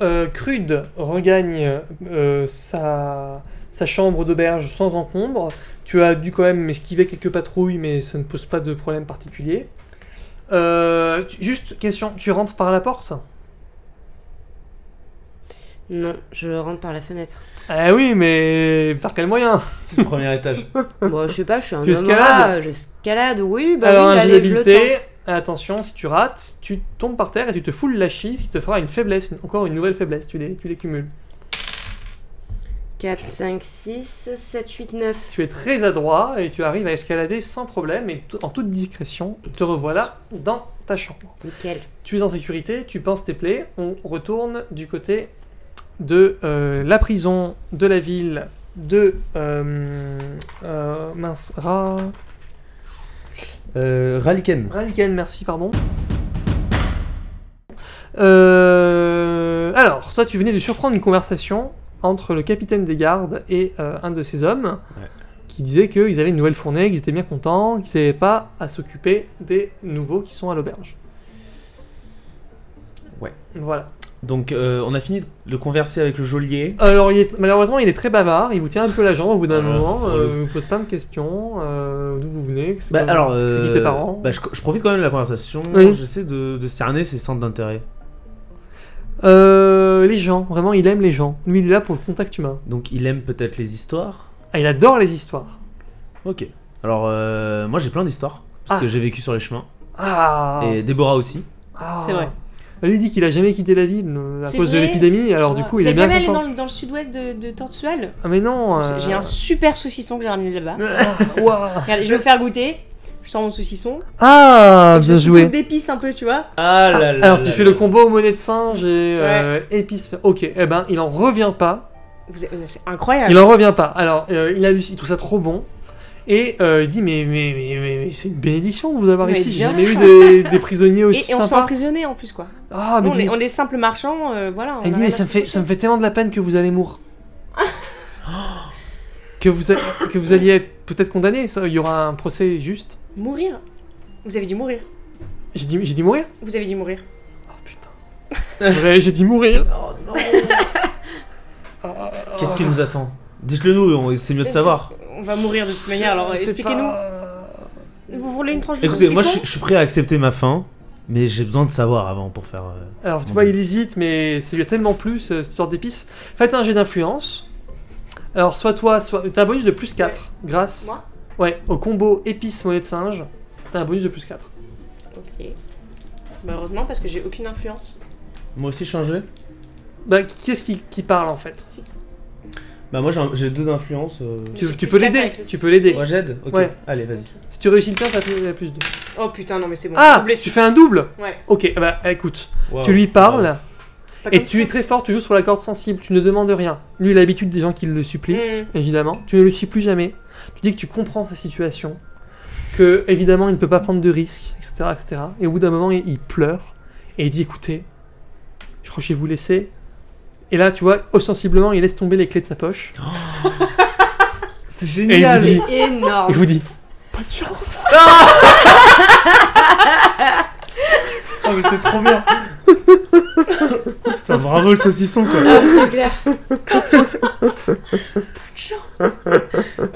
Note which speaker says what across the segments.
Speaker 1: euh, Crude regagne euh, sa, sa chambre d'auberge sans encombre. Tu as dû quand même esquiver quelques patrouilles, mais ça ne pose pas de problème particulier. Euh, tu- juste question, tu rentres par la porte
Speaker 2: Non, je rentre par la fenêtre.
Speaker 1: Ah oui, mais par quel moyen
Speaker 3: C'est le premier étage.
Speaker 2: bon, je sais pas, je suis un
Speaker 1: Tu
Speaker 2: homme
Speaker 1: escalades
Speaker 2: là, j'escalade, oui, bah
Speaker 1: Alors,
Speaker 2: oui, allez, je le
Speaker 1: invisibilité,
Speaker 2: tente.
Speaker 1: attention, si tu rates, tu tombes par terre et tu te fous le lâchis, ce qui te fera une faiblesse, encore une nouvelle faiblesse, tu les, tu les cumules.
Speaker 2: 4, 5, 6, 7, 8, 9.
Speaker 1: Tu es très adroit et tu arrives à escalader sans problème et t- en toute discrétion, te revoilà dans ta chambre.
Speaker 2: Nickel.
Speaker 1: Tu es en sécurité, tu penses tes plaies, on retourne du côté de euh, la prison, de la ville, de... euh, euh, mince, Ra...
Speaker 3: Euh, Raliken.
Speaker 1: Raliken, merci, pardon. Euh, Alors, toi, tu venais de surprendre une conversation entre le capitaine des gardes et euh, un de ses hommes
Speaker 3: Ouais.
Speaker 1: qui disait qu'ils avaient une nouvelle fournée, qu'ils étaient bien contents, qu'ils n'avaient pas à s'occuper des nouveaux qui sont à l'auberge.
Speaker 3: Ouais.
Speaker 1: Voilà.
Speaker 3: Donc euh, on a fini de converser avec le geôlier.
Speaker 1: Alors, il est- malheureusement, il est très bavard, il vous tient un peu la jambe au bout d'un
Speaker 3: Voilà,
Speaker 1: moment,
Speaker 3: relou.
Speaker 1: euh, il vous pose plein de questions, euh, d'où vous venez, c'est
Speaker 3: Bah,
Speaker 1: quoi-
Speaker 3: alors,
Speaker 1: c'est qui
Speaker 3: euh,
Speaker 1: tes parents.
Speaker 3: bah, je, je profite quand même de la conversation.
Speaker 1: Oui.
Speaker 3: J'essaie de, de cerner ses centres d'intérêt.
Speaker 1: Euh, les gens, vraiment, il aime les gens. Lui, il est là pour le contact humain.
Speaker 3: Donc il aime peut-être les histoires.
Speaker 1: Ah, il adore les histoires.
Speaker 3: Ok. Alors euh, moi j'ai plein d'histoires parce
Speaker 1: Ah.
Speaker 3: que j'ai vécu sur les chemins
Speaker 1: Ah,
Speaker 3: et Déborah aussi.
Speaker 1: ah.
Speaker 4: C'est vrai.
Speaker 1: Lui dit qu'il a jamais quitté la ville euh, à
Speaker 4: C'est
Speaker 1: cause de
Speaker 4: vrai.
Speaker 1: l'épidémie, alors du
Speaker 4: Voilà.
Speaker 1: coup
Speaker 4: Vous
Speaker 1: il est
Speaker 4: êtes
Speaker 1: bien
Speaker 4: jamais allé
Speaker 1: content.
Speaker 4: dans, le- dans le sud-ouest de, de Tortual
Speaker 1: Ah mais non. euh,
Speaker 4: J'ai un super saucisson que j'ai ramené là-bas.
Speaker 1: ouah.
Speaker 4: Regardez, je vais vous faire goûter. Je sors mon saucisson.
Speaker 1: Ah,
Speaker 4: Je
Speaker 1: bien
Speaker 4: suis
Speaker 1: joué.
Speaker 4: coupe d'épices un peu, tu vois.
Speaker 3: Ah là là.
Speaker 1: Alors
Speaker 3: là
Speaker 1: tu
Speaker 3: là
Speaker 1: fais le
Speaker 3: là.
Speaker 1: combo monnaie de singe et euh, épices. Ok, eh ben il en revient pas.
Speaker 4: Vous êtes- euh, C'est incroyable.
Speaker 1: Il en revient pas. Alors euh, il hallucine, il trouve ça trop bon. Et euh, il dit mais mais mais, mais, mais c'est une bénédiction de vous avoir
Speaker 4: Mais
Speaker 1: ici. J'ai
Speaker 4: bien
Speaker 1: jamais eu
Speaker 4: sûr.
Speaker 1: des, des prisonniers
Speaker 4: Et,
Speaker 1: aussi
Speaker 4: et on se fait
Speaker 1: sympas.
Speaker 4: emprisonner en plus, quoi.
Speaker 1: Ah mais
Speaker 4: on,
Speaker 1: dis-
Speaker 4: est, on est simples marchands, euh, voilà. on
Speaker 1: Elle
Speaker 4: a
Speaker 1: dit
Speaker 4: rien
Speaker 1: mais
Speaker 4: à
Speaker 1: ça me
Speaker 4: se
Speaker 1: fait
Speaker 4: reprocher.
Speaker 1: ça me fait tellement de la peine que vous allez mourir. que vous a- que vous alliez être peut-être condamné, ça, il y aura un procès juste.
Speaker 4: Mourir Vous avez dit mourir.
Speaker 1: J'ai dit j'ai dit mourir.
Speaker 4: Vous avez dit mourir.
Speaker 1: Oh putain. C'est vrai, j'ai dit mourir.
Speaker 3: Oh, non. Qu'est-ce qui nous attend Dites-le nous, on- c'est mieux de savoir.
Speaker 4: On va mourir de toute manière, alors
Speaker 1: C'est
Speaker 4: expliquez-nous.
Speaker 1: Oh, pas-
Speaker 4: Vous voulez une tranche de
Speaker 3: Écoutez, moi je,
Speaker 4: saucisson
Speaker 3: suis- je suis prêt à accepter ma fin, mais j'ai besoin de savoir avant pour faire. euh,
Speaker 1: Alors tu vois, il hésite mais ça lui a tellement plu ce- cette sorte d'épice. Faites un jet d'influence. Alors soit toi, soit t'as un bonus de plus 4 grâce
Speaker 4: Moi
Speaker 1: ouais, au combo épice monnaie de singe. T'as un bonus de plus 4.
Speaker 4: Ok. Bah, heureusement, parce que j'ai aucune influence.
Speaker 3: Moi aussi changer
Speaker 1: Bah qui est-ce qui, qui parle en fait
Speaker 3: Bah moi j'ai un- j'ai deux d'influence. euh.
Speaker 4: Mais
Speaker 1: tu,
Speaker 4: j'ai
Speaker 1: tu
Speaker 4: plus
Speaker 1: peux
Speaker 4: quatre
Speaker 1: l'aider,
Speaker 4: avec le
Speaker 1: tu
Speaker 4: six.
Speaker 1: peux l'aider.
Speaker 3: Moi j'aide Ok,
Speaker 1: Ouais.
Speaker 3: allez vas-y.
Speaker 1: Si tu réussis le tien, t'as plus, t'as plus de.
Speaker 4: Oh putain, non, mais c'est bon.
Speaker 1: Ah
Speaker 4: double
Speaker 1: Tu
Speaker 4: six.
Speaker 1: fais un double
Speaker 4: Ouais.
Speaker 1: Ok, bah écoute,
Speaker 3: Wow.
Speaker 1: tu lui parles
Speaker 4: Pas
Speaker 1: et
Speaker 4: comme
Speaker 1: tu
Speaker 4: ça.
Speaker 1: es très fort, tu joues sur la corde sensible, tu ne demandes rien. Lui, il a l'habitude des gens qui le supplient,
Speaker 4: Mm.
Speaker 1: évidemment. Tu ne le supplies jamais. Tu dis que tu comprends sa situation, que évidemment il ne peut pas prendre de risques, etc., etc. Et au bout d'un moment, il, il pleure et il dit écoutez, je crois que je vais vous laisser. Et là, tu vois, ostensiblement, il laisse tomber les clés de sa poche.
Speaker 3: C'est
Speaker 1: Et il
Speaker 3: génial.
Speaker 1: vous dit,
Speaker 2: Énorme.
Speaker 1: il vous dit pas de chance
Speaker 3: Oh, mais c'est trop bien. Putain, bravo le saucisson quoi.
Speaker 4: Ah, c'est clair. Bonne chance.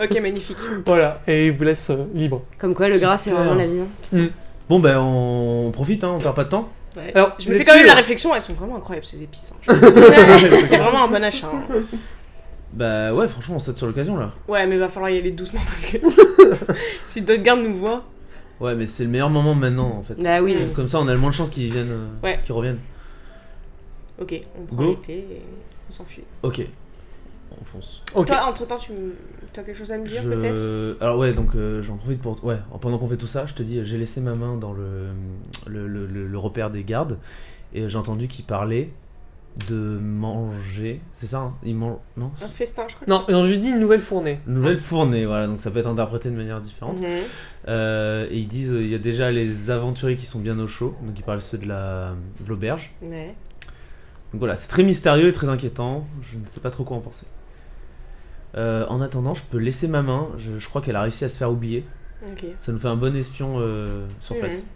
Speaker 4: Ok, magnifique.
Speaker 1: Voilà, et il vous laisse euh, libre.
Speaker 2: Comme quoi, le gras, c'est
Speaker 3: Super.
Speaker 2: vraiment la vie. hein.
Speaker 3: Bon bah on, on profite hein, on perd pas de temps.
Speaker 1: Alors,
Speaker 4: je me fais
Speaker 1: là-dessus,
Speaker 4: quand même la
Speaker 1: euh,
Speaker 4: réflexion, elles sont vraiment incroyables ces épices. hein. C'était vraiment un bon achat. hein.
Speaker 3: Bah ouais franchement on saute sur l'occasion là.
Speaker 4: Ouais, mais va falloir y aller doucement parce que si d'autres gardes nous voient.
Speaker 3: Ouais mais c'est le meilleur moment maintenant en fait.
Speaker 2: Bah
Speaker 4: Mm.
Speaker 2: oui.
Speaker 3: Comme ça on a le moins de chances qu'ils viennent, euh,
Speaker 4: Ouais.
Speaker 3: qu'ils reviennent.
Speaker 4: Ok, on prend
Speaker 3: Go.
Speaker 4: les clés et on s'enfuit.
Speaker 3: Ok, on fonce.
Speaker 1: Ok.
Speaker 4: Toi, entre temps, tu me- as quelque chose à me dire peut-être
Speaker 3: Je... Alors ouais donc euh, j'en profite pour... Ouais pendant qu'on fait tout ça je te dis j'ai laissé ma main dans le, le, le- le- le repère des gardes et j'ai entendu qu'ils parlaient de manger. C'est ça hein Ils mangent... Non
Speaker 4: Un festin, je crois.
Speaker 1: Non, non, je dis une nouvelle fournée.
Speaker 3: Nouvelle fournée voilà donc ça peut être interprété de manière différente.
Speaker 4: Mhm.
Speaker 3: Euh, et ils disent euh, il y a déjà les aventuriers qui sont bien au chaud, donc ils parlent ceux de la de l'auberge.
Speaker 4: Ouais.
Speaker 3: Donc voilà, c'est très mystérieux et très inquiétant. Je ne sais pas trop quoi en penser. Euh, en attendant, je peux laisser ma main. Je, je crois qu'elle a réussi à se faire oublier.
Speaker 4: Ok.
Speaker 3: Ça nous fait un bon espion euh, sur
Speaker 4: Mhm.
Speaker 3: place.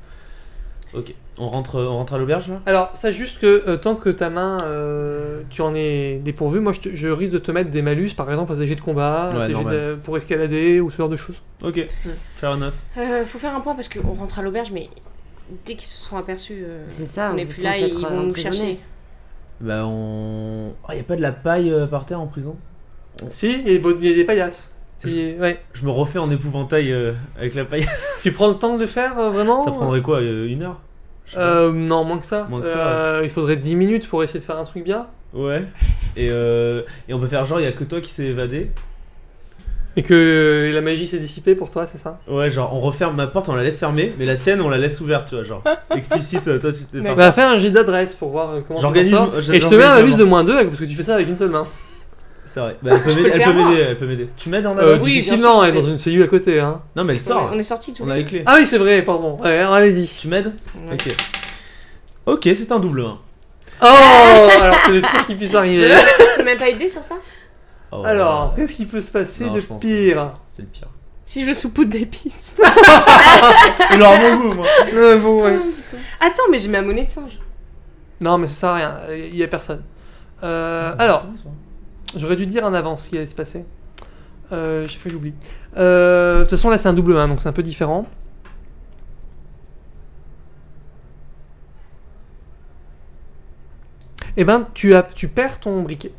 Speaker 3: Ok. On rentre, euh, on rentre à l'auberge là
Speaker 1: Alors, sache juste que euh, tant que ta main, euh, tu en es dépourvu, moi je, te- je risque de te mettre des malus, par exemple à tes jets de combat,
Speaker 3: Ouais,
Speaker 1: tes jets
Speaker 3: normal.
Speaker 1: de- pour escalader ou ce genre de choses.
Speaker 3: Ok. Fair enough.
Speaker 4: Euh, faut faire un point parce qu'on rentre à l'auberge, mais dès qu'ils se sont aperçus, euh,
Speaker 2: C'est ça,
Speaker 4: on
Speaker 2: est
Speaker 4: n'est plus là,
Speaker 2: censé
Speaker 4: ils
Speaker 2: être euh,
Speaker 4: vont nous
Speaker 2: emprisonnés.
Speaker 4: chercher.
Speaker 3: Bah on. Oh, y a pas de la paille euh, par terre en prison
Speaker 1: Si, il y, a des bo- il y a des paillasses.
Speaker 3: Je-
Speaker 1: Si, ouais.
Speaker 3: Je me refais en épouvantail euh, avec la paille.
Speaker 1: tu prends le temps de le faire euh,
Speaker 4: Oh.
Speaker 1: vraiment
Speaker 3: Ça prendrait quoi euh, Une heure Je sais pas.
Speaker 1: Euh, non, moins que ça.
Speaker 3: Moins que ça,
Speaker 1: Euh, Il faudrait 10 minutes pour essayer de faire un truc bien.
Speaker 3: Ouais. Et, euh, et on peut faire genre, il y a que toi qui s'est évadé.
Speaker 1: Et que euh, la magie s'est dissipée pour toi, c'est ça
Speaker 3: Ouais, genre on referme ma porte, on la laisse fermée, mais la tienne on la laisse ouverte, tu vois, genre explicite. euh, Toi, tu t'es
Speaker 4: D'accord.
Speaker 3: parti.
Speaker 1: Bah, fais un jet d'adresse pour voir euh, comment tu t'en
Speaker 3: J'organise-
Speaker 1: sors.
Speaker 3: je-
Speaker 1: Et je te mets un
Speaker 3: j'organise Bah,
Speaker 1: malus de moins 2 parce que tu fais ça avec une seule main.
Speaker 3: C'est vrai. Bah, elle peut
Speaker 4: Je peux
Speaker 3: m'aider.
Speaker 4: le
Speaker 3: Elle
Speaker 4: faire,
Speaker 3: peut
Speaker 4: moi.
Speaker 3: m'aider. Elle peut m'aider. Tu m'aides en
Speaker 1: Euh,
Speaker 3: allant
Speaker 4: Oui, bien sûr,
Speaker 1: difficilement,
Speaker 4: je
Speaker 1: elle est
Speaker 4: fais.
Speaker 1: dans une cellule à côté. Hein.
Speaker 3: Non, mais elle sort.
Speaker 4: On est sortis tous
Speaker 3: On
Speaker 4: les
Speaker 3: a les
Speaker 4: deux.
Speaker 3: clés.
Speaker 1: Ah oui, c'est vrai, pardon. Ouais, alors, allez-y.
Speaker 3: Tu m'aides
Speaker 4: Ouais.
Speaker 3: Ok. Ok, c'est un double 1.
Speaker 1: Oh Alors, c'est le pire qui puisse arriver.
Speaker 4: Tu peux même pas aider sur ça
Speaker 1: Alors, qu'est-ce qui peut se passer
Speaker 3: Oh. Non,
Speaker 1: de
Speaker 3: je pense que
Speaker 1: pire
Speaker 3: c'est le pire.
Speaker 4: Si je saupoudre des pistes.
Speaker 3: Il aura mon goût, moi.
Speaker 1: Euh, bon, ouais.
Speaker 4: Attends, mais j'ai ma monnaie de singe.
Speaker 1: Non, mais ça sert à rien. Il y a personne. Euh, alors, j'aurais dû dire en avance ce qui allait se passer. Euh, j'ai fait, j'oublie. Euh, de toute façon, là, c'est un double 1, donc c'est un peu différent. Eh ben, tu, as, tu perds ton briquet.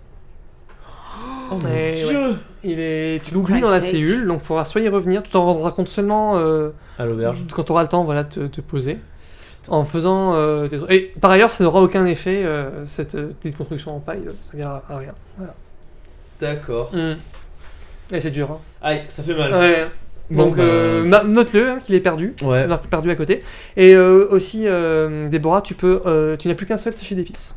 Speaker 3: Oh mon
Speaker 1: Mais ouais.
Speaker 3: dieu Ah,
Speaker 1: Il est, tu l'oublies
Speaker 2: Christ's
Speaker 1: dans la
Speaker 2: sake.
Speaker 1: cellule, donc il faudra soit y revenir, tu t'en rendras compte seulement euh,
Speaker 3: À l'auberge.
Speaker 1: quand tu auras le temps voilà, de te, te poser. En faisant. euh, tes trucs. Et par ailleurs, ça n'aura aucun effet, euh, cette euh, petite construction en paille, euh, ça ne servira à rien.
Speaker 3: D'accord.
Speaker 1: Et c'est dur. hein.
Speaker 3: Aïe, ça fait mal.
Speaker 1: Ouais.
Speaker 3: Bon,
Speaker 1: Donc,
Speaker 3: bah,
Speaker 1: euh, ma- note-le hein, qu'il est perdu.
Speaker 3: Ouais.
Speaker 1: Alors, perdu à côté. Et euh, aussi, euh, Déborah, tu peux, euh, tu n'as plus qu'un seul sachet d'épices.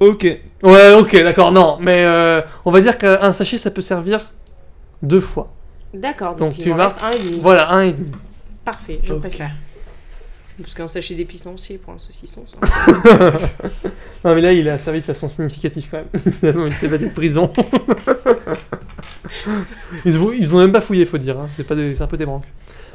Speaker 3: Ok.
Speaker 1: Ouais, ok, d'accord, non. Mais euh, on va dire qu'un sachet, ça peut servir deux fois.
Speaker 4: D'accord,
Speaker 1: Donc
Speaker 4: donc, il
Speaker 1: tu
Speaker 4: m'en reste un et demi.
Speaker 1: Voilà, un et demi.
Speaker 4: Parfait, je
Speaker 3: Ok.
Speaker 4: préfère. Parce qu'un sachet d'épices entier pour un saucisson, ça.
Speaker 1: Non, mais là, il a servi de façon significative quand même. Finalement, il s'est battu de prison. ils, vous- ils ont même pas fouillé, faut dire. hein. C'est, pas des- c'est un peu des branques.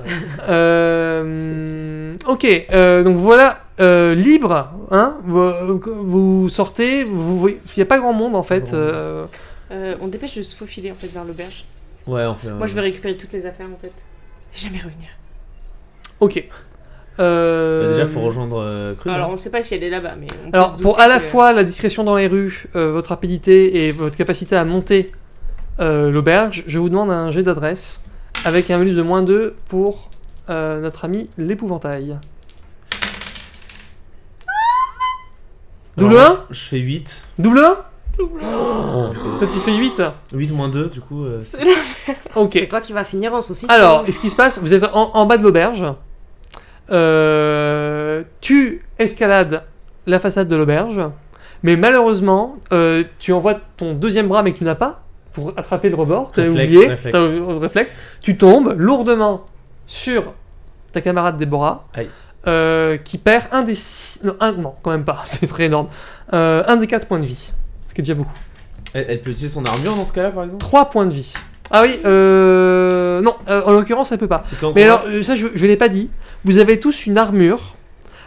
Speaker 3: Ouais.
Speaker 1: Euh, ok, euh, donc voilà, euh, libre. Hein, vous, vous sortez, vous- vous- il n'y a pas grand monde en fait.
Speaker 3: Grand monde.
Speaker 1: euh,
Speaker 4: Euh, on dépêche de se faufiler en fait vers l'auberge.
Speaker 3: Ouais, on fait.
Speaker 4: Moi, je
Speaker 1: Euh.
Speaker 4: vais récupérer toutes les affaires en fait. Et Jamais revenir.
Speaker 1: ok. Euh,
Speaker 3: Bah, déjà, faut rejoindre euh, Krug,
Speaker 4: Alors,
Speaker 3: hein.
Speaker 4: on sait pas si elle est là-bas, mais. On peut se
Speaker 1: Alors,
Speaker 4: douter
Speaker 1: pour à la
Speaker 4: que-
Speaker 1: fois la discrétion dans les rues, euh, votre rapidité et votre capacité à monter euh, l'auberge, je vous demande un jet d'adresse avec un malus de moins 2 pour euh, notre ami l'épouvantail. Double
Speaker 3: hein. Alors,
Speaker 1: 1
Speaker 3: Je fais 8.
Speaker 1: Double 1
Speaker 3: Oh.
Speaker 1: Toi, tu fais 8
Speaker 3: 8 moins 2, du coup. euh, c'est-
Speaker 1: Ok.
Speaker 2: C'est toi qui vas finir en saucisson.
Speaker 1: Alors, et ce qui se passe, vous êtes en, en bas de l'auberge. Euh, tu escalades la façade de l'auberge, mais malheureusement, euh, tu envoies ton deuxième bras mais que tu n'as pas pour attraper le rebord. Tu as
Speaker 3: Réflexe,
Speaker 1: oublié,
Speaker 3: réflexe.
Speaker 1: t'as ou- ou- réflexe. Tu tombes lourdement sur ta camarade Déborah,
Speaker 3: Aïe.
Speaker 1: euh, qui perd un des six- non, un- non, quand même pas, c'est très énorme. Euh, un des quatre points de vie, ce qui est déjà beaucoup.
Speaker 3: Elle, elle peut utiliser son armure dans ce cas-là, par exemple
Speaker 1: 3 points de vie. Ah oui, euh, non, euh, en l'occurrence, elle peut pas.
Speaker 3: C'est quand
Speaker 1: Mais alors, euh, ça, je, je l'ai pas dit. Vous avez tous une armure.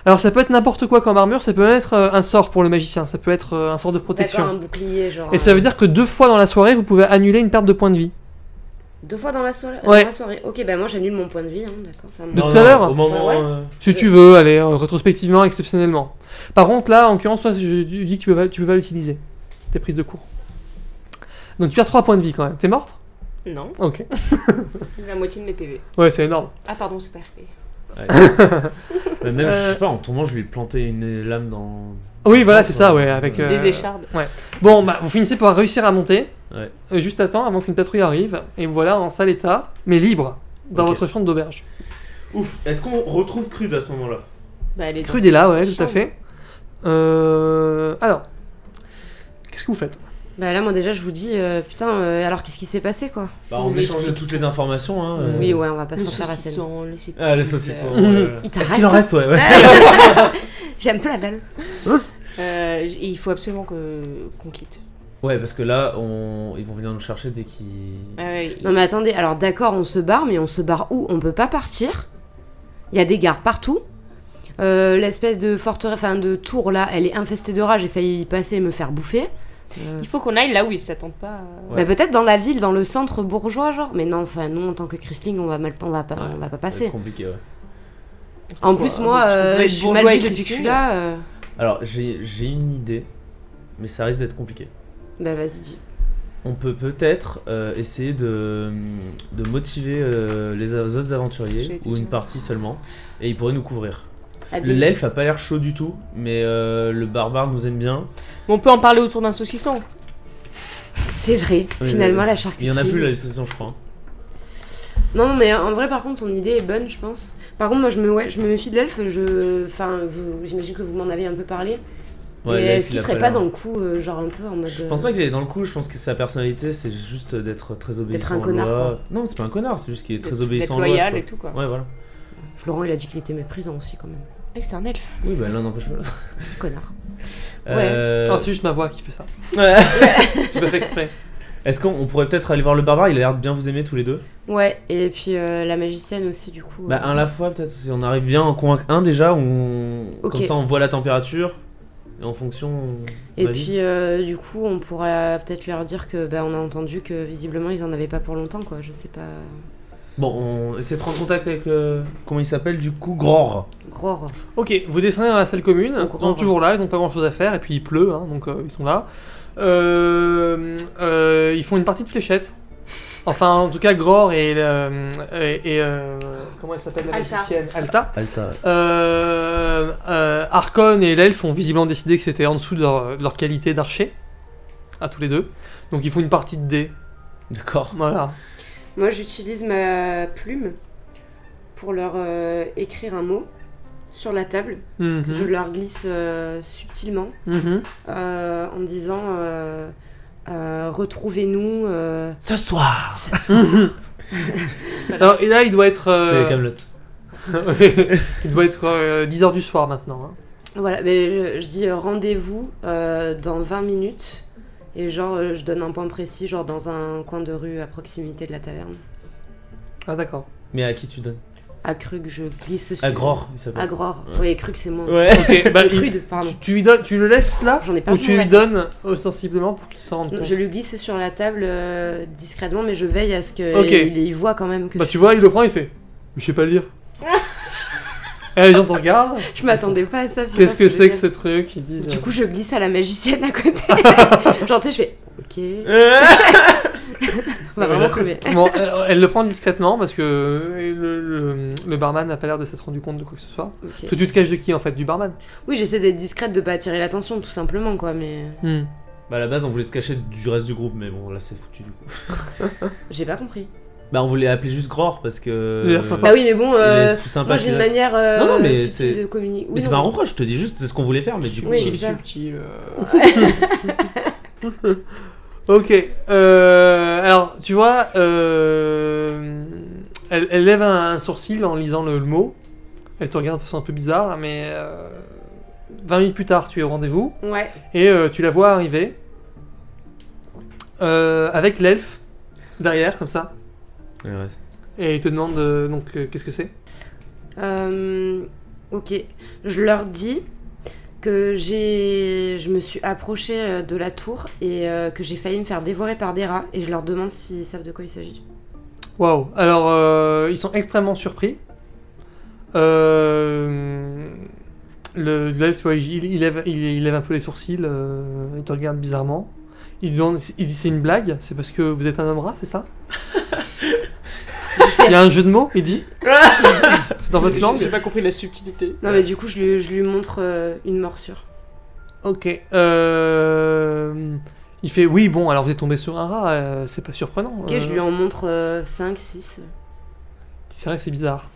Speaker 1: Alors, ça peut être n'importe quoi comme armure. Ça peut être euh, un sort pour le magicien. Ça peut être euh, un sort de
Speaker 2: D'accord, un
Speaker 1: protection.
Speaker 2: bouclier, genre.
Speaker 1: Et ça veut dire que deux fois dans la soirée, vous pouvez annuler une perte de points de vie.
Speaker 2: Deux fois dans la, soirée-
Speaker 1: Ouais.
Speaker 2: dans la soirée. Ok, bah moi j'annule mon point de vie, hein, d'accord. Enfin,
Speaker 1: De-
Speaker 2: moi-
Speaker 1: tout à l'heure
Speaker 3: Au moment.
Speaker 2: Ouais, ouais.
Speaker 3: euh,
Speaker 1: Si tu veux, allez, euh, rétrospectivement, exceptionnellement. Par contre, là, en l'occurrence, toi, je je dis que tu peux pas, tu peux pas l'utiliser. Tes prises de cours. Donc, tu perds 3 points de vie quand même. T'es morte
Speaker 4: Non,
Speaker 1: Ok.
Speaker 4: la moitié de mes PV.
Speaker 1: Ouais, c'est énorme.
Speaker 4: Ah, pardon, c'est pas RP.
Speaker 3: Mais même, je
Speaker 1: Euh.
Speaker 3: sais pas, en tombant, je lui ai planté une lame dans.
Speaker 1: Oui, voilà, c'est ça, ouais. Avec, euh,
Speaker 4: Des échardes.
Speaker 1: Bon, bah, vous finissez par réussir à monter.
Speaker 3: Ouais.
Speaker 1: Euh, juste à temps avant qu'une patrouille arrive. Et vous voilà en sale état, mais libre, dans
Speaker 3: Ok.
Speaker 1: votre chambre d'auberge.
Speaker 3: Ouf, est-ce qu'on retrouve Crude à ce moment-là
Speaker 4: Bah, elle est dans
Speaker 1: Crude est là, ouais,
Speaker 4: sa
Speaker 1: tout à
Speaker 4: chambre.
Speaker 1: fait. Euh, alors, qu'est-ce que vous faites
Speaker 2: Bah là, moi déjà, je vous dis, euh, putain, euh, alors qu'est-ce qui s'est passé quoi
Speaker 3: Bah, on
Speaker 4: Oui.
Speaker 3: échange toutes les informations, hein. euh.
Speaker 2: Oui, ouais, on va pas
Speaker 4: Le
Speaker 2: s'en faire la scène.
Speaker 4: saucisson, le sépice,
Speaker 3: Ah, les saucissons.
Speaker 4: euh,
Speaker 3: euh.
Speaker 2: Il te reste
Speaker 3: Est-ce
Speaker 2: Ah,
Speaker 3: qu'il en reste Ouais, ouais.
Speaker 2: J'aime plus la dalle.
Speaker 4: euh, j- il faut absolument que qu'on quitte.
Speaker 3: Ouais, parce que là, on... ils vont venir nous chercher dès qu'ils.
Speaker 4: Ah ouais, il-
Speaker 2: Non mais attendez, alors d'accord, on se barre, mais on se barre où On peut pas partir Il y a des gardes partout. Euh, L'espèce de forteresse, enfin de tour là, elle est infestée de rats. J'ai failli y passer et me faire bouffer. Euh,
Speaker 4: Il faut qu'on aille là où ils s'attendent pas. euh,
Speaker 3: Ouais.
Speaker 2: bah, peut-être dans la ville, dans le centre bourgeois, genre. Mais non, enfin, nous en tant que Christling, on va mal, on va pas, on va pas
Speaker 3: Ça va être
Speaker 2: passer.
Speaker 3: compliqué, ouais.
Speaker 2: En
Speaker 4: Pourquoi
Speaker 2: plus, moi,
Speaker 4: Parce qu'on
Speaker 2: euh,
Speaker 4: peut
Speaker 2: je
Speaker 4: être
Speaker 2: suis
Speaker 4: bourgeois
Speaker 2: mal
Speaker 4: et
Speaker 2: vue depuis que je suis
Speaker 4: Christling.
Speaker 2: là. euh,
Speaker 3: Alors, j'ai j'ai une idée, mais ça risque d'être compliqué.
Speaker 2: Bah vas-y, dis.
Speaker 3: On peut peut-être euh, essayer de, de motiver euh, les a- autres aventuriers,
Speaker 4: J'allais te
Speaker 3: ou une
Speaker 4: dire.
Speaker 3: partie seulement, et ils pourraient nous couvrir.
Speaker 2: Ah, ben,
Speaker 3: L'elfe a pas l'air chaud du tout, mais euh, le barbare nous aime bien.
Speaker 4: Mais on peut en parler autour d'un saucisson.
Speaker 2: C'est vrai.
Speaker 3: Oui,
Speaker 2: Finalement,
Speaker 3: oui.
Speaker 2: la charcuterie.
Speaker 3: Il y en a plus là, les saucissons, je crois. hein.
Speaker 2: Non, non, mais en vrai, par contre, ton idée est bonne, je pense. Par contre, moi, je me, ouais, je me méfie de l'elfe. Je, enfin, vous- j'imagine que vous m'en avez un peu parlé.
Speaker 3: Ouais,
Speaker 2: mais
Speaker 3: l'elfe,
Speaker 2: est-ce
Speaker 3: il
Speaker 2: qu'il
Speaker 3: a
Speaker 2: serait
Speaker 3: l'air-
Speaker 2: pas dans le coup, euh, genre un peu en mode.
Speaker 3: Je pense pas qu'il est dans le coup, je pense que sa personnalité c'est juste d'être très obéissant.
Speaker 2: un
Speaker 3: aux
Speaker 2: connard,
Speaker 3: lois. Non, c'est pas un connard, c'est juste qu'il est très
Speaker 4: D'être-
Speaker 3: obéissant.
Speaker 4: d'être
Speaker 3: aux lois, je
Speaker 4: loyal
Speaker 3: crois.
Speaker 4: et tout quoi.
Speaker 3: Ouais, voilà.
Speaker 2: euh, Florent, il a dit qu'il était méprisant aussi, quand même.
Speaker 4: Ouais, Ah, c'est un elfe.
Speaker 3: Oui, bah l'un n'empêche pas l'autre.
Speaker 2: Connard. Ouais.
Speaker 3: Euh,
Speaker 1: Non, c'est juste ma voix qui fait ça. J'ai pas fait exprès.
Speaker 3: Est-ce qu'on on pourrait peut-être aller voir le barbare Il a l'air de bien vous aimer tous les deux.
Speaker 2: Ouais, et puis euh, la magicienne aussi, du coup.
Speaker 3: Bah,
Speaker 2: euh,
Speaker 3: un à la fois, peut-être, si on arrive bien à en convaincre un déjà, on...
Speaker 2: Ok.
Speaker 3: comme ça on voit la température, et en fonction. on-
Speaker 2: Et
Speaker 3: on avise.
Speaker 2: puis, euh, du coup, on pourrait peut-être leur dire que, bah, on a entendu que visiblement, ils en avaient pas pour longtemps, quoi. Je sais pas.
Speaker 3: Bon, on essaie de prendre contact avec. euh, Comment il s'appelle du coup Gror.
Speaker 2: Gror.
Speaker 1: Ok, vous descendez dans la salle commune,
Speaker 2: Au
Speaker 1: ils
Speaker 2: courant,
Speaker 1: sont
Speaker 2: ouais.
Speaker 1: toujours là, ils n'ont pas grand chose à faire, et puis il pleut, hein, donc euh, ils sont là. Euh, euh, ils font une partie de fléchette. Enfin, en tout cas, Gror et. euh, et, et, euh, comment elle s'appelle la
Speaker 2: Alta.
Speaker 1: magicienne Alta.
Speaker 3: Alta.
Speaker 1: Euh, euh, Arcon et l'elfe ont visiblement décidé que c'était en dessous de leur, de leur qualité d'archer, à tous les deux. Donc ils font une partie de dés.
Speaker 3: D'accord.
Speaker 1: Voilà.
Speaker 2: Moi, j'utilise ma plume pour leur euh, écrire un mot sur la table.
Speaker 1: Mhm,
Speaker 2: Je leur glisse euh, subtilement
Speaker 1: mhm.
Speaker 2: euh, en disant euh, euh, Retrouvez-nous. euh,
Speaker 3: Ce
Speaker 1: Ah.
Speaker 3: soir
Speaker 1: Alors, et là, il doit être. euh,
Speaker 3: C'est Camelot.
Speaker 1: il doit être 10h du soir maintenant. hein.
Speaker 2: Voilà, mais je, je dis euh, rendez-vous euh, dans 20 minutes. Et genre, euh, je donne un point précis, genre dans un coin de rue à proximité de la taverne.
Speaker 1: Ah, d'accord.
Speaker 3: Mais à qui tu donnes
Speaker 2: À Krug, je glisse ce.
Speaker 3: À Gror, il s'appelle.
Speaker 2: À Gror.
Speaker 3: Ouais.
Speaker 2: Oui, Krug, c'est moi.
Speaker 3: Ouais.
Speaker 1: Ok, bah,
Speaker 2: Euh,
Speaker 1: il-
Speaker 2: Crude, pardon.
Speaker 1: tu, tu lui donnes- tu le laisses là
Speaker 2: J'en ai pas
Speaker 1: Ou
Speaker 2: vu,
Speaker 1: tu
Speaker 2: ouais.
Speaker 1: lui donnes ostensiblement pour qu'il s'en rende
Speaker 2: Non,
Speaker 1: compte
Speaker 2: Je lui glisse sur la table euh, discrètement, mais je veille à ce que
Speaker 1: Ok.
Speaker 2: il, il voit quand même que
Speaker 1: Bah,
Speaker 2: je,
Speaker 1: tu vois, il le prend et il fait Je sais pas lire. Et les gens te regardent
Speaker 2: je m'attendais pas à ça. putain,
Speaker 1: Qu'est-ce que c'est que
Speaker 2: génial.
Speaker 1: ce truc Ils disent
Speaker 2: Du coup, je glisse à la magicienne à côté. Genre, tu sais, je fais OK, on va
Speaker 3: Ouais,
Speaker 2: vraiment
Speaker 3: là,
Speaker 2: crever.
Speaker 1: Bon, elle, elle le prend discrètement parce que euh, le, le- le barman n'a pas l'air de s'être rendu compte de quoi que ce soit.
Speaker 2: Ok.
Speaker 1: Parce que tu te caches de qui en fait Du barman
Speaker 2: Oui, j'essaie d'être discrète, de pas attirer l'attention, tout simplement, quoi. Mais euh,
Speaker 1: Hmm.
Speaker 3: Bah à la base on voulait se cacher du reste du groupe mais bon là c'est foutu du coup.
Speaker 2: j'ai pas compris.
Speaker 3: Bah on voulait appeler juste Gror parce que...
Speaker 1: Il a l'air sympa.
Speaker 2: Bah oui, mais bon,
Speaker 3: Il
Speaker 2: euh,
Speaker 3: est tout sympa.
Speaker 2: moi j'ai une
Speaker 3: puis-
Speaker 2: manière euh,
Speaker 3: Non, non, mais
Speaker 2: subtile
Speaker 3: c'est-
Speaker 2: de communiquer. Oui,
Speaker 3: Mais c'est
Speaker 2: non,
Speaker 3: pas un reproche, je te dis juste c'est ce qu'on voulait faire mais du coup...
Speaker 2: Oui,
Speaker 1: subtil,
Speaker 2: c'est ça.
Speaker 1: subtil. euh. ok. euh, alors, tu vois, euh, elle, elle lève un, un sourcil en lisant le, le mot. Elle te regarde de façon un peu bizarre, mais euh, 20 minutes plus tard, tu es au rendez-vous
Speaker 2: Ouais.
Speaker 1: et euh, tu la vois arriver euh, avec l'elfe derrière, comme ça.
Speaker 3: Ouais, ouais.
Speaker 1: Et il te demande euh, donc euh, qu'est-ce que c'est
Speaker 2: Euh, ok, je leur dis que j'ai, je me suis approchée euh, de la tour et euh, que j'ai failli me faire dévorer par des rats et je leur demande s'ils savent de quoi il s'agit.
Speaker 1: Waouh Alors, euh, ils sont extrêmement surpris. Euh, le là, tu vois, il, il lève, il, il lève un peu les sourcils, euh, il te regarde bizarrement. Ils ont, il dit c'est une blague, c'est parce que vous êtes un homme rat, c'est ça Il y a un jeu de mots, il dit. c'est dans votre langue
Speaker 4: pas compris la subtilité.
Speaker 2: Non mais du coup je lui, je lui montre euh, une morsure.
Speaker 1: Ok. euh, il fait oui, bon, alors vous êtes tombé sur un rat, euh, c'est pas surprenant.
Speaker 2: Ok,
Speaker 1: euh,
Speaker 2: je lui en montre 5, 6.
Speaker 1: C'est vrai que c'est bizarre.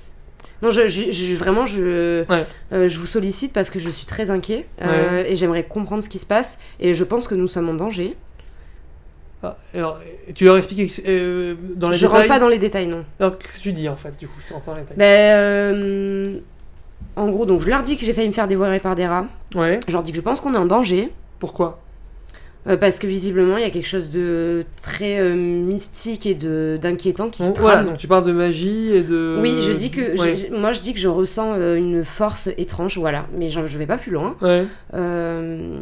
Speaker 2: Non, je, je- je- vraiment, je,
Speaker 1: Ouais.
Speaker 2: euh, je vous sollicite parce que je suis très inquiet euh, et j'aimerais comprendre ce qui se passe et je pense que nous sommes en danger.
Speaker 1: Ah, alors, tu leur expliques ex- euh, dans les
Speaker 2: je rentre
Speaker 1: détails
Speaker 2: pas dans les détails, non.
Speaker 1: Alors, qu'est-ce que tu dis en fait, du coup, si on parle en détail
Speaker 2: Mais euh, en gros, donc je leur dis que j'ai failli me faire dévorer par des rats.
Speaker 1: Ouais,
Speaker 2: Je leur dis que je pense qu'on est en danger.
Speaker 1: pourquoi
Speaker 2: Euh, parce que visiblement, il y a quelque chose de très euh, mystique et de d'inquiétant qui se
Speaker 1: Donc,
Speaker 2: trame.
Speaker 1: voilà, donc tu parles de magie et de.
Speaker 2: Oui, je dis que
Speaker 1: Euh, Ouais.
Speaker 2: j'ai- moi je dis que je ressens euh, une force étrange, voilà, mais j'en- je vais pas plus loin.
Speaker 1: Ouais.
Speaker 2: Euh,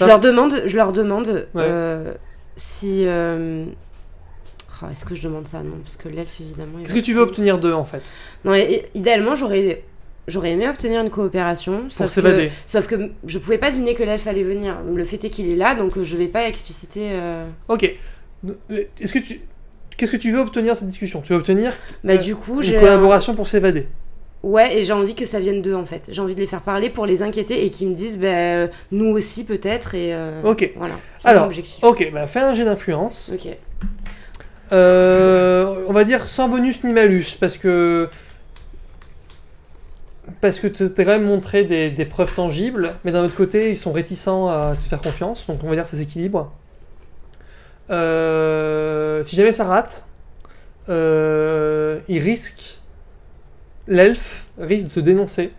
Speaker 2: Je
Speaker 1: Ah.
Speaker 2: leur demande, je leur demande
Speaker 1: Ouais.
Speaker 2: euh, si. euh, oh, Est-ce que je demande ça Non, parce que l'elfe évidemment. il
Speaker 1: Qu'est-ce
Speaker 2: va-
Speaker 1: que tu veux obtenir d'eux en fait
Speaker 2: Non, et- et idéalement j'aurais. J'aurais aimé obtenir une coopération,
Speaker 1: Pour
Speaker 2: sauf que,
Speaker 1: s'évader.
Speaker 2: sauf que je pouvais pas deviner que l'elfe allait venir. Le fait est qu'il est là, donc euh, je vais pas expliciter. euh,
Speaker 1: Ok. Est-ce que tu. Qu'est-ce que tu veux obtenir de cette discussion Tu veux obtenir
Speaker 2: Bah
Speaker 1: Euh,
Speaker 2: du coup,
Speaker 1: une
Speaker 2: j'ai
Speaker 1: collaboration pour s'évader.
Speaker 2: Ouais, et j'ai envie que ça vienne d'eux en fait. J'ai envie de les faire parler pour les inquiéter et qu'ils me disent, ben, euh, nous aussi peut-être. Et euh,
Speaker 1: Ok.
Speaker 2: voilà, c'est
Speaker 1: Alors,
Speaker 2: mon objectif.
Speaker 1: Ok, bah fais un jet d'influence.
Speaker 2: Ok.
Speaker 1: Euh, on va dire sans bonus ni malus, parce que. Parce que tu t'as quand même montré des, des preuves tangibles, mais d'un autre côté, ils sont réticents à te faire confiance, donc on va dire que ça s'équilibre. Euh, si jamais ça rate, euh, ils risquent. L'elfe risque de te dénoncer,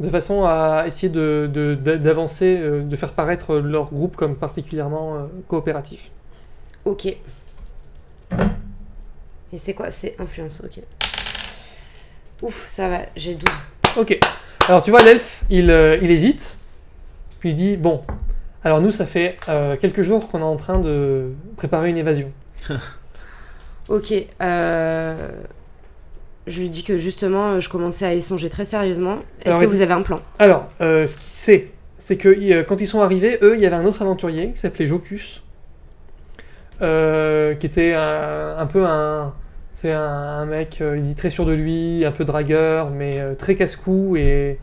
Speaker 1: de façon à essayer de- de- d'a- d'avancer, euh, de faire paraître leur groupe comme particulièrement euh, coopératif.
Speaker 2: Ok. Et c'est quoi C'est influence, ok. Ouf, ça va, j'ai 12.
Speaker 1: Ok. Alors tu vois, l'elfe, il, euh, il hésite. Puis il dit, bon, alors nous, ça fait euh, quelques jours qu'on est en train de préparer une évasion.
Speaker 2: Ok. euh, Je lui dis que justement, euh, je commençais à y songer très sérieusement. Est-ce
Speaker 1: Alors,
Speaker 2: que
Speaker 1: il dit-
Speaker 2: vous avez un plan
Speaker 1: Alors, euh, ce qu'il sait, c'est que euh, quand ils sont arrivés, eux, il y avait un autre aventurier qui s'appelait Jocus, euh, qui était un, un peu un... C'est un, un mec, euh, il dit très sûr de lui, un peu dragueur, mais euh, très casse-cou et,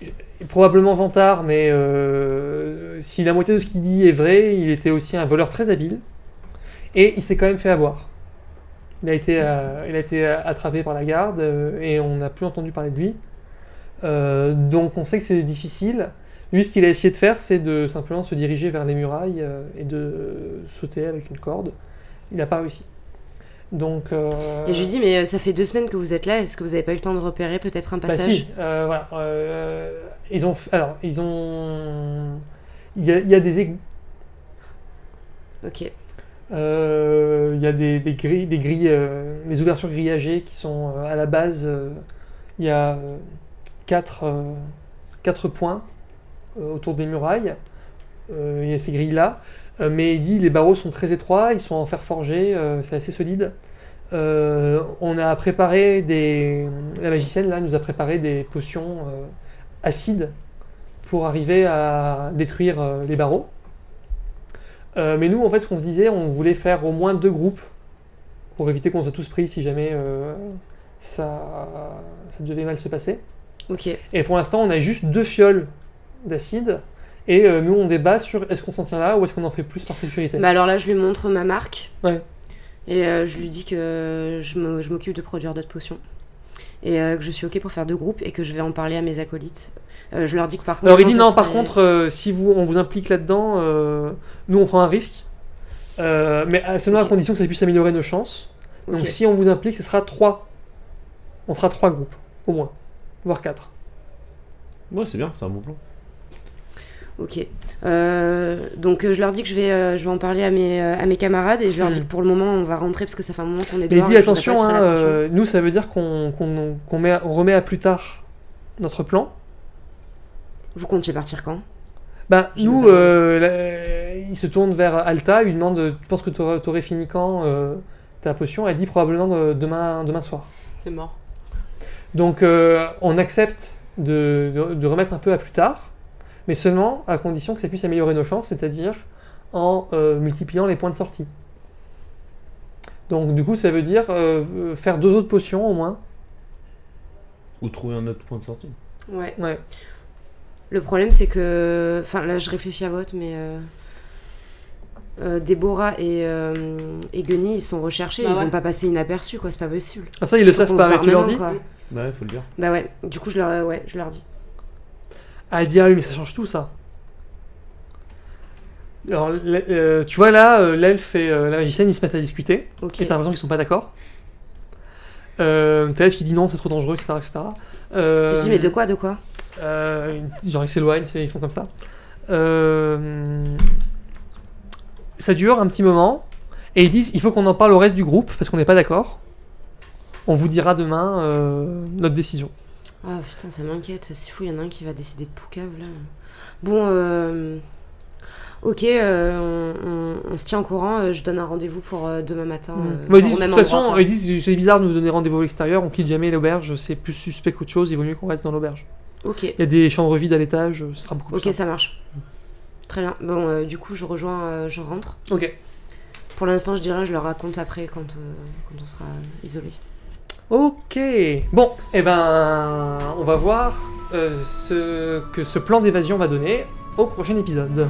Speaker 1: et probablement vantard, mais euh, si la moitié de ce qu'il dit est vrai, il était aussi un voleur très habile et il s'est quand même fait avoir. Il a été, euh, il a été attrapé par la garde euh, et on n'a plus entendu parler de lui. Euh, donc on sait que c'est difficile. Lui, ce qu'il a essayé de faire, c'est de simplement se diriger vers les murailles euh, et de euh, sauter avec une corde. Il n'a pas réussi. Donc. euh,
Speaker 2: Et je lui dis, mais euh, ça fait deux semaines que vous êtes là, est-ce que vous avez pas eu le temps de repérer peut-être un
Speaker 1: bah
Speaker 2: passage
Speaker 1: si, euh, voilà. euh, ils ont. f- Alors, ils ont. Il y a, il y a des égouts.
Speaker 2: Ok.
Speaker 1: Euh, il y a des, des grilles, des grilles, euh, des ouvertures grillagées qui sont euh, à la base. euh, il y a euh, quatre, euh, quatre points euh, autour des murailles. Euh, il y a ces grilles-là. Euh, mais il dit les barreaux sont très étroits, ils sont en fer forgé, euh, c'est assez solide. Euh, on a préparé des. La magicienne là nous a préparé des potions euh, acides pour arriver à détruire euh, les barreaux. Euh, mais nous, en fait, ce qu'on se disait, on voulait faire au moins deux groupes pour éviter qu'on soit tous pris si jamais euh, ça, ça devait mal se passer.
Speaker 2: Ok.
Speaker 1: Et pour l'instant, on a juste deux fioles d'acide. Et euh, nous, on débat sur est-ce qu'on s'en tient là ou est-ce qu'on en fait plus par sécurité.
Speaker 2: Bah alors là, je lui montre ma marque.
Speaker 1: Ouais.
Speaker 2: Et euh, je lui dis que je me- je m'occupe de produire d'autres potions. Et euh, que je suis ok pour faire deux groupes et que je vais en parler à mes acolytes. Euh, je leur dis que par contre.
Speaker 1: Alors il dit
Speaker 2: ça
Speaker 1: non, par
Speaker 2: serait-
Speaker 1: contre, euh, si vous, on vous implique là-dedans, euh, nous on prend un risque. Euh, mais à- seulement à
Speaker 2: Ok.
Speaker 1: condition que ça puisse améliorer nos chances.
Speaker 2: Ok.
Speaker 1: Donc si on vous implique, ce sera 3. On fera 3 groupes, au moins. Voire 4.
Speaker 3: Ouais, c'est bien, c'est un bon plan.
Speaker 2: Ok. Euh, donc euh, je leur dis que je vais, euh, je vais en parler à mes, euh, à mes camarades et je leur
Speaker 1: Hmm.
Speaker 2: dis que pour le moment, on va rentrer parce que ça fait un moment qu'on est
Speaker 1: Mais il
Speaker 2: dehors.
Speaker 1: dit
Speaker 2: et je voudrais pas
Speaker 1: attention,
Speaker 2: attirer
Speaker 1: hein,
Speaker 2: l'attention.
Speaker 1: euh, nous ça veut dire qu'on qu'on- qu'on met à- on remet à plus tard notre plan.
Speaker 2: Vous comptez partir quand
Speaker 1: Bah,
Speaker 3: J'ai
Speaker 1: nous,
Speaker 3: pas compris.
Speaker 1: euh, la- il se tourne vers Alta, il lui demande Tu penses que tu aurais, fini quand euh, ta potion Elle dit probablement de- demain, demain soir.
Speaker 4: C'est mort.
Speaker 1: Donc euh, on accepte de, de- de remettre un peu à plus tard, mais seulement à condition que ça puisse améliorer nos chances, c'est-à-dire en euh, multipliant les points de sortie. Donc du coup ça veut dire euh, euh, faire deux autres potions au moins.
Speaker 3: Ou trouver un autre point de sortie.
Speaker 2: Ouais.
Speaker 1: Ouais.
Speaker 2: Le problème, c'est que. Enfin, là, je réfléchis à votre, mais. euh, euh, Déborah et, euh, et Gunny, ils sont recherchés,
Speaker 4: Bah
Speaker 2: ils
Speaker 4: ouais.
Speaker 2: vont pas passer inaperçus, quoi, c'est pas possible.
Speaker 1: Ah ça ils le
Speaker 2: Faut
Speaker 1: savent
Speaker 2: qu'on
Speaker 1: pas,
Speaker 2: se
Speaker 1: mais
Speaker 2: barre
Speaker 1: tu leur dis.
Speaker 2: maintenant, quoi.
Speaker 3: Bah ouais, faut le dire.
Speaker 2: Bah ouais, du coup, je leur, euh, ouais, je leur dis.
Speaker 1: Ah elle dit ah oui mais ça change tout ça. Alors l- euh, tu vois là euh, l'elfe et euh, la magicienne ils se mettent à discuter.
Speaker 2: Ok.
Speaker 1: Et t'as l'impression qu'ils sont pas d'accord. Euh, t'as l'elfe qui dit non, c'est trop dangereux, etc. etc. Euh,
Speaker 2: Je dis, mais de quoi, de quoi
Speaker 1: euh, Genre ils s'éloignent, c'est- ils font comme ça. Euh, ça dure un petit moment. Et ils disent il faut qu'on en parle au reste du groupe parce qu'on n'est pas d'accord. On vous dira demain euh, notre décision.
Speaker 2: Ah putain, ça m'inquiète. C'est fou, il y en a un qui va décider de Poucave là. Bon, euh, ok, euh, on, on- on se tient au courant. euh, je donne un rendez-vous pour euh, demain matin. euh,
Speaker 1: Bon,
Speaker 2: enfin,
Speaker 1: ils disent, Mm. Bah,
Speaker 2: au
Speaker 1: de
Speaker 2: même
Speaker 1: toute façon,
Speaker 2: endroit, quoi.
Speaker 1: ils disent c'est bizarre de nous donner rendez-vous à l'extérieur, on quitte jamais l'auberge, c'est plus suspect qu'autre chose, il vaut mieux qu'on reste dans l'auberge.
Speaker 2: ok,
Speaker 1: Il y a des chambres vides à l'étage, ce sera beaucoup plus
Speaker 2: ok, ça marche. Très bien. Bon, euh, du coup, je rejoins, euh, je rentre.
Speaker 1: simple. Ok.
Speaker 2: Pour l'instant, je dirais, je leur raconte après quand, euh, quand on sera isolé.
Speaker 1: Ok. Bon, eh ben, on va voir euh, ce que ce plan d'évasion va donner au prochain épisode.